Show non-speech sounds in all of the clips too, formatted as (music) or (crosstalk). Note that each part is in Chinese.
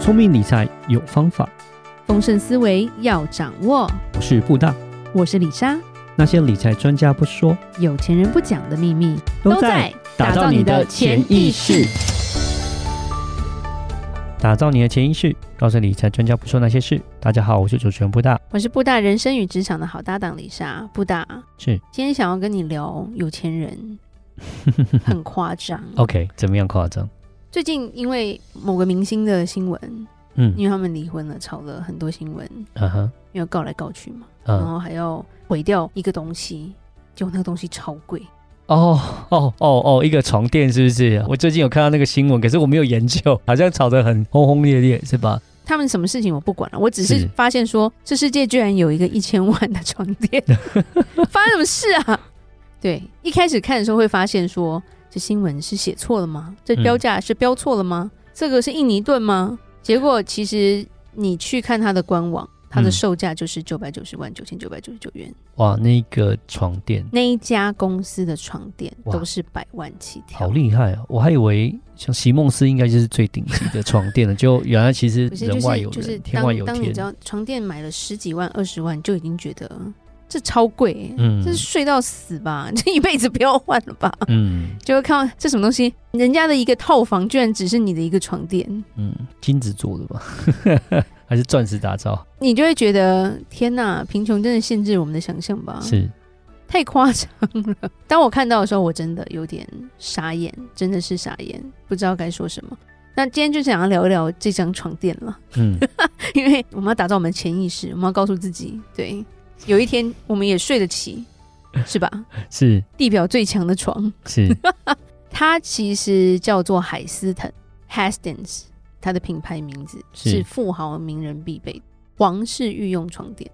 聪明理财有方法，丰盛思维要掌握。我是布大。我是李莎，那些理财专家不说，有钱人不讲的秘密打造你的潜意识。，打造你的潜意识，告诉理财专家不说那些事。大家好，我是主持人布大。我是布大人生与职场的好搭档李莎。布大是今天想要跟你聊有 (laughs) 钱人，很夸张。 OK，怎么样夸张？最近因为某个明星的新闻，嗯，因为他们离婚了，吵了很多新闻，啊哈，因为告来告去嘛，然嗯，后还要毁掉一个东西，结果那个东西超贵。哦哦哦哦，一个床垫是不是？我最近有看到那个新闻，可是我没有研究，好像吵得很轰轰烈烈，是吧？他们什么事情我不管了，我只是是发现说，这世界居然有一个一千万的床 (laughs) 垫，发生什么事啊？对，一开始看的时候会发现说，这新闻是写错了吗？这标价是标错了吗？这个是印尼盾吗？结果其实你去看它的官网，它的嗯售价就是九百九十万九千九百九十九元，哇，那个床垫那一家公司的床垫哇都是百万起跳好。厉害啊！我还以为像席梦思应该就是最顶级的床 (laughs) 垫了，就原来其实不是，人就外是有人，就是天外当有当你天知。道床垫买了十几万、二十万，就已经觉得这超贵、欸，嗯这是睡到死吧， (laughs) 这一辈子不要换了吧。嗯就会看到这什么东西，人家的一个套房居然只是你的一个床垫，嗯，金子做的吧， (laughs) 还是钻石打造？你就会觉得天哪，贫穷真的限制我们的想象吧，是太夸张了。当我看到的时候，我真的有点傻眼，真的是傻眼，不知道该说什么。那今天就想要聊一聊这张床垫了。 (laughs) 嗯因为我们要打造我们的潜意识，我们要告诉自己，对，有一天我们也睡得起，是吧？是地表最强的床， (laughs) 是它其实叫做海斯腾 （Hastings），它的品牌名字是是富豪名人必备的皇室御用床垫，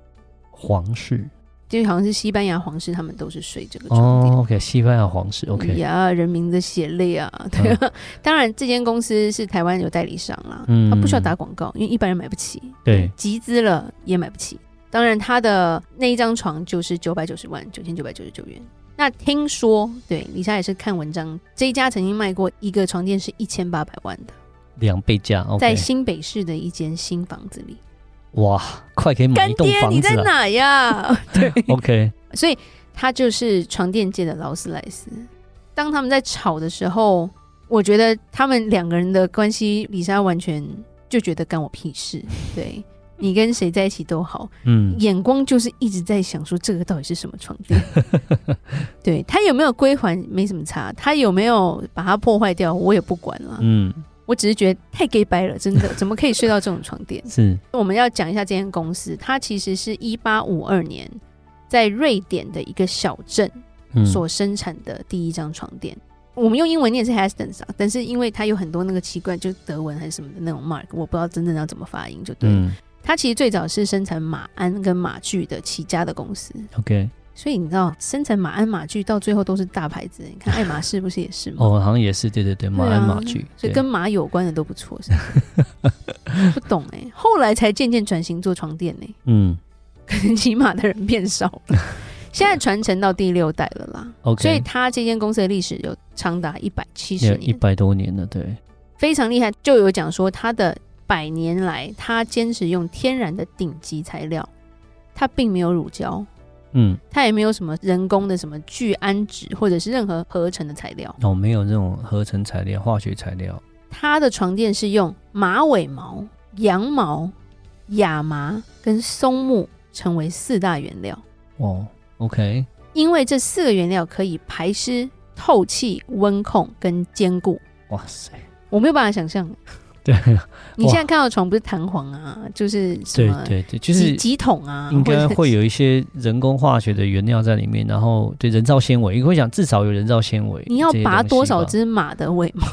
皇室就好像是西班牙皇室他们都是睡这个床垫。哦，OK，西班牙皇室，OK，嗯呀，人民的血泪啊！对啊，当然这间公司是台湾有代理商啦，嗯它不需要打广告，因为一般人买不起。对，集资了也买不起。当然，他的那一张床就是九百九十万九千九百九十九元。那听说，对李莎也是看文章，这一家曾经卖过一个床垫是一千八百万的，两倍价在，OK，新北市的一间新房子里。哇，快可以买干一栋爹，房你子啊在了哪呀？ (laughs) 对， ，OK，所以他就是床垫界的劳斯莱斯。当他们在吵的时候，我觉得他们两个人的关系，李莎完全就觉得干我屁事。对你跟谁在一起都好，嗯，眼光就是一直在想说这个到底是什么床 (laughs) 垫，对他有没有归还没什么差，他有没有把它破坏掉我也不管了，嗯，我只是觉得太 gay 白了，真的怎么可以睡到这种床垫？ (laughs) 是我们要讲一下这间公司，它其实是一八五二年在瑞典的一个小镇嗯，所生产的第一张床垫。我们用英文念是 Hastings 啊，但是因为它有很多那个奇怪，就德文还是什么的那种 mark，我不知道真正要怎么发音，就对了。嗯它其实最早是生产马鞍跟马具的起家的公司， ，OK，所以你知道生产马鞍马具到最后都是大牌子。你看爱马仕不是也是吗？哦，好像也是，对对对，马对啊鞍马具，所对以跟马有关的都不错，是 (laughs) 吧不懂哎、后来才渐渐转型做床垫呢、嗯可 (laughs) 能骑马的人变少了， (laughs) 现在传承到第六代了啦。 ，OK，所以它这间公司的历史有长达一百七也十一年，百多年了，对，非常厉害。就有讲说它的百年来，它坚持用天然的顶级材料，它并没有乳胶。嗯，它也没有什么人工的什么聚氨酯或者是任何合成的材料。哦，没有这种合成材料、化学材料，它的床垫是用马尾毛、羊毛、亚麻跟松木成为四大原料，哦，OK，因为这四个原料可以排湿、透气、温控跟坚固。哇 (laughs) 塞，我没有办法想象，对你现在看到的床不是弹簧啊，就是啊什对么对对，就几是几桶啊，应该或者会有一些人工化学的原料在里面，然后对人造纤维，因为我想至少有人造纤维，你要拔多少只，只马的尾毛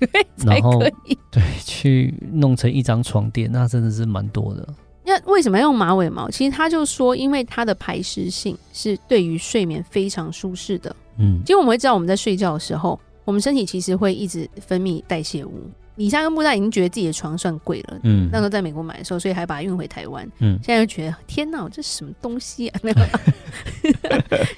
对才然后可以？对，去弄成一张床垫，那真的是蛮多的，那为什么要用马尾毛？其实他就说，因为它的排湿性是对于睡眠非常舒适的。嗯其实我们会知道，我们在睡觉的时候，我们身体其实会一直分泌代谢物。李莎跟布袋已经觉得自己的床算贵了，嗯那时候在美国买的时候，所以还把它运回台湾。嗯现在就觉得天哪，我这什么东西 (laughs) 啊？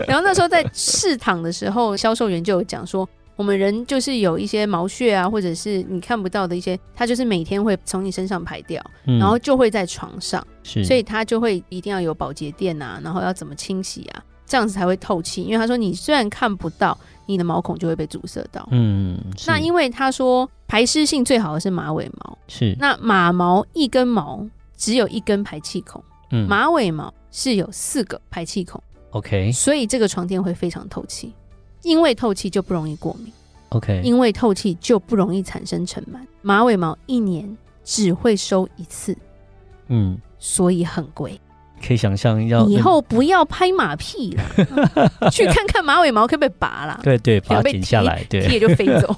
然后那时候在试躺的时候，销售员就有讲说，我们人就是有一些毛屑啊，或者是你看不到的一些，它就是每天会从你身上排掉，嗯然后就会在床上，是，所以它就会一定要有保洁垫啊，然后要怎么清洗啊，这样子才会透气。因为他说你虽然看不到，你的毛孔就会被阻塞到。嗯，那是因为他说排湿性最好的是马尾毛，是那马毛一根毛只有一根排气孔，嗯马尾毛是有四个排气孔， ，OK 所以这个床垫会非常透气，因为透气就不容易过敏， OK，因为透气就不容易产生尘螨。马尾毛一年只会收一次，嗯，所以很贵。可以想象要以后不要拍马屁了， (laughs) 去看看马尾毛可不可以拔啦，对对，把有它被剪下踢来，对，铁就飞 (laughs) 走。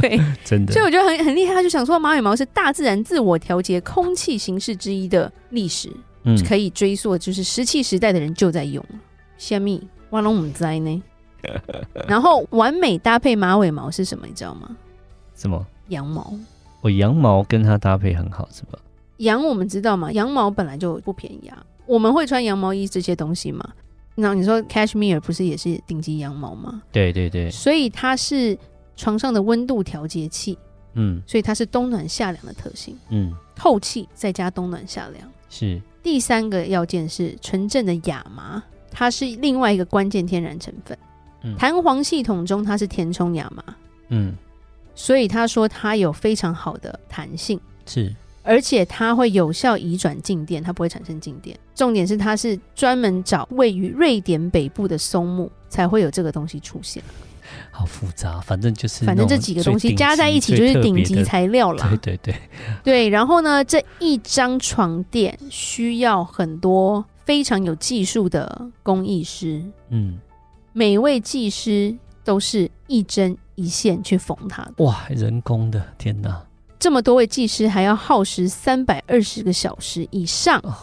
对，真的所以，我觉得很很厉害，他就想说马尾毛是大自然自我调节空气形式之一的历史，嗯，可以追溯，就是石器时代的人就在用了。虾米，我龙母 (laughs) 灾呢？然后完美搭配马尾毛是什么？你知道吗？什么？羊毛。我羊毛跟它搭配很好，是吧？羊我们知道嘛，羊毛本来就不便宜啊。我们会穿羊毛衣这些东西嘛？那你说 cashmere 不是也是顶级羊毛吗？对对对，所以它是床上的温度调节器，嗯所以它是冬暖夏凉的特性，嗯，透气再加冬暖夏凉。是第三个要件是纯正的亚麻，它是另外一个关键天然成分嗯。弹簧系统中它是填充亚麻，嗯所以他说它有非常好的弹性，是而且它会有效移转静电，它不会产生静电。重点是它是专门找位于瑞典北部的松木才会有这个东西出现。好复杂，反正就是反正这那种几个最东西顶加在级一起就最是特顶别级的材料啦。对对对， (laughs) 对，然后呢，这一张床垫需要很多非常有技术的工艺师，嗯，每位技师都是一针一线去缝它的。哇，人工的，天哪，这么多位技师还要耗时三百二十个小时以上哦，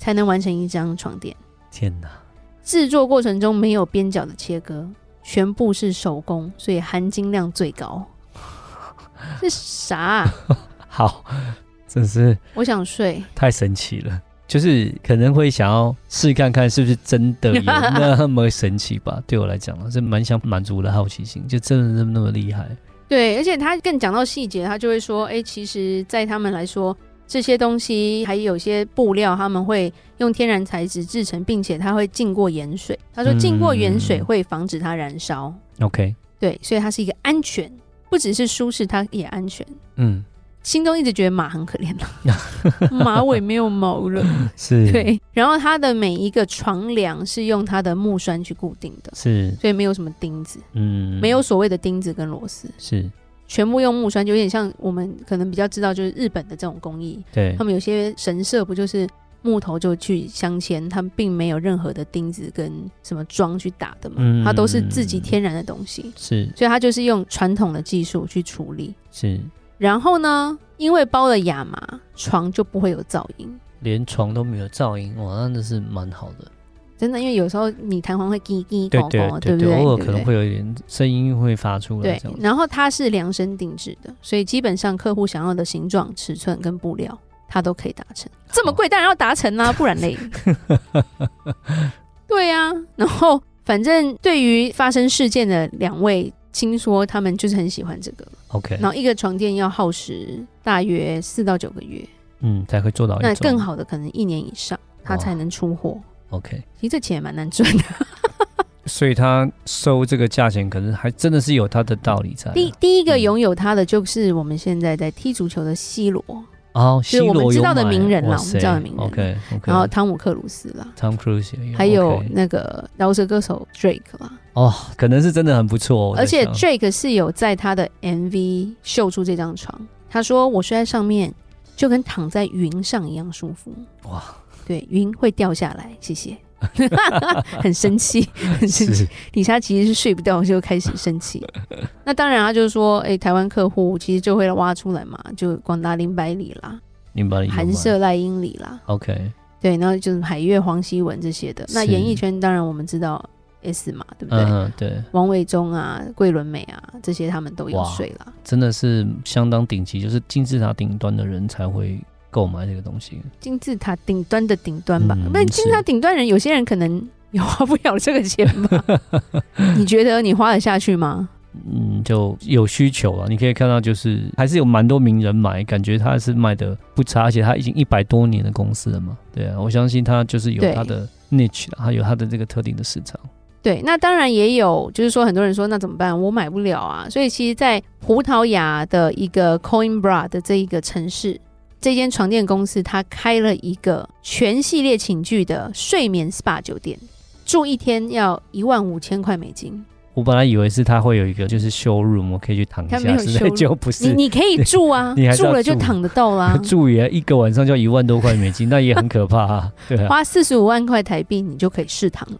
才能完成一张床垫。天哪，制作过程中没有边角的切割，全部是手工，所以含金量最 (laughs) 高。是啥啊、好，真是我想睡。太神奇了。就是可能会想要试看看是不是真的有那么神奇吧？对我来讲啊，是蛮想满足我的好奇心，就真的那么那么厉害。对，而且他更讲到细节，他就会说，哎，其实，在他们来说，这些东西还有一些布料，他们会用天然材质制成，并且它会浸过盐水。他说，浸过盐水嗯会防止它燃烧， OK，对，所以它是一个安全，不只是舒适，它也安全。嗯，心中一直觉得马很可怜了， (laughs) 马尾没有毛了。是，，对，然后它的每一个床梁是用它的木栓去固定的，是，所以没有什么钉子，嗯，没有所谓的钉子跟螺丝。是，全部用木栓，就有点像我们可能比较知道，就是日本的这种工艺，对他，们有些神社不就是木头就去镶嵌，他们并没有任何的钉子跟什么桩去打的嘛，嗯它都是自己天然的东西，是所以它就是用传统的技术去处理。是，然后呢，因为包了亚麻，床就不会有噪音。连床都没有噪音，哇，那真的是蛮好的。真的，因为有时候你弹簧会叽叽对咕对咕，对不对，对？偶尔对不可能对会有一点声音会发出来对这样，子。然后它是量身定制的，所以基本上客户想要的形状、尺寸跟布料，它都可以达成。这么贵，当然要达成啦、啊不然累。对呀、然后反正对于发生事件的两位听说，他们就是很喜欢这个。 OK，然后一个床垫要耗时大约四到九个月，嗯，才会做到一那种更好的可能一年以上，它才能出货。 OK。其实这钱也蛮难 (laughs) 赚的。所以他收这个价钱，可能还真的是有他的道理在啊。第第一个嗯拥有它的就是我们现在在踢足球的 C 罗，哦，是我们西罗知道有的买名人啦哇我们塞知道的名人 OK OK，然后汤姆克鲁斯啦。 Tom Cruise 也还有 OK 那个饶舌歌手 Drake 啦，哦，可能是真的很不错哦。我在而且想 Drake 是有在他的 MV 秀出这张床，他说我睡在上面就跟躺在云上一样舒服。哇，对，云会掉下来，谢谢。 (laughs) 很生气，很生气。是李莎其实是睡不掉就开始 (laughs) 生气。那当然，他就是说，哎、台湾客户其实就会挖出来嘛，就广达林百里啦，你把你韩舍赖英里啦， OK 对，然后就是海月、黄希文这些的。那是演艺圈当然我们知道 S 嘛，对不对？嗯对，王伟忠啊、桂纶镁啊这些他们都有哇睡啦。真的是相当顶级，就是金字塔顶端的人才会购买这个东西。金字塔顶端的顶端吧嗯，那、金字塔顶端人 (laughs) 有些人可能也花不了这个钱吧？你觉得你花得下去吗？嗯，就有需求了。你可以看到，就是还是有蛮多名人买，感觉它是卖的不差，而且它已经一百多年的公司了嘛。对啊，我相信它就是有对它的 niche，啦它有它的这个特定的市场。对，那当然也有，就是说很多人说那怎么办？我买不了啊。所以其实，在葡萄牙的一个 Coimbra 的这一个城市，这间床垫公司它开了一个全系列寝具的睡眠 SPA 酒店，住一天要一万五千块美金。我本来以为是它会有一个就是 showroom，我可以去躺一它没下，有实在 showroom 就不你是。，你可以住 (laughs) 啊你还是住要了就住。躺得到啊啦 (laughs) 住也一个晚上就要一万多块美金，那也很可怕啊！对啊，花四十五万块台币，你就可以试躺了，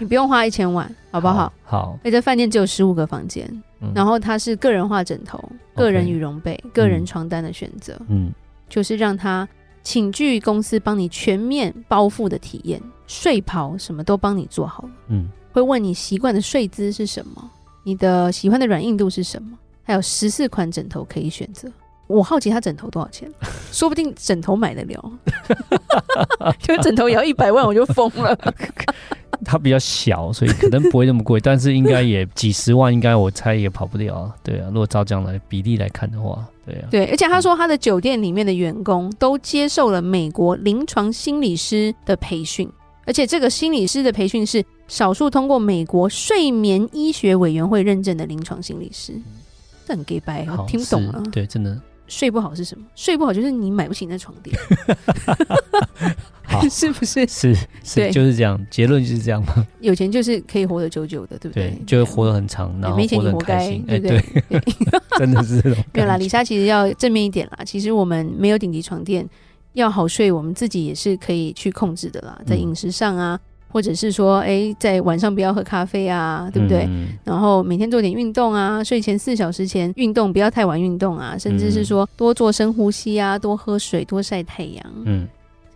你不用花一千万，好不好？？好，而且哎饭店只有十五个房间，嗯然后它是个人化枕头、个人羽绒被、个人床单的选择，嗯，就是让它寝具公司帮你全面包覆的体验，睡袍什么都帮你做好了，嗯，会问你习惯的睡姿是什么，你的喜欢的软硬度是什么，还有十四款枕头可以选择。我好奇它枕头多少钱，说不定枕头买得了， (laughs) 就枕头也要一百万，我就疯了。它比较小，所以可能不会那么贵，但是应该也几十万，应该我猜也跑不了啊。对啊，如果照这样来比例来看的话，对啊，对，而且他说他的酒店里面的员工都接受了美国临床心理师的培训，而且这个心理师的培训是少数通过美国睡眠医学委员会认证的临床心理师。这很 gay 白，我嗯好哎听不懂啊是了。对，真的睡不好是什么？睡不好就是你买不起那床垫， (laughs) 好 (laughs) 是不是？是是对就是这样，结论就是这样嘛。有钱就是可以活得久久的，对不对，就会活得很长，然也后没钱活你得活很开该，心。哎对不对， (laughs) 对？真的是这种没有感啦，觉。李莎其实要正面一点啦。其实我们没有顶级床垫，要好睡，我们自己也是可以去控制的啦，在嗯饮食上啊，或者是说，哎，在晚上不要喝咖啡啊，对不对？嗯然后每天做点运动啊，睡前四小时前运动，不要太晚运动啊，甚至是说多做深呼吸啊，多喝水，多晒太阳，嗯，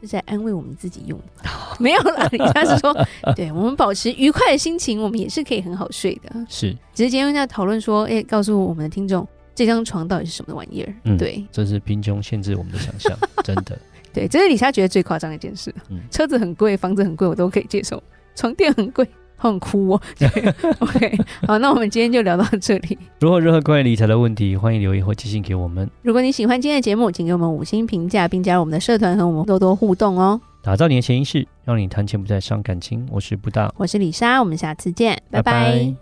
是在安慰我们自己用的。 (laughs) 没有啦，李莎是 (laughs) 说，对我们保持愉快的心情，我们也是可以很好睡的。是，只是今天在讨论说，哎、告诉我们的听众，这张床到底是什么玩意儿？嗯对真是贫穷限制我们的想象，真的。 (laughs) 对，这是李莎觉得最夸张的一件事。嗯车子很贵，房子很贵，我都可以接受，床垫很贵， (laughs) 好很哭哦。对 OK，好，那我们今天就聊到这里。如何任何关于理财的问题，欢迎留言或寄信给我们，如果你喜欢今天的节目，请给我们五星评价，并加入我们的社团和我们多多互动哦。打造你的潜意识，让你谈钱不再伤感情。我是布大，我是李莎，我们下次见，拜拜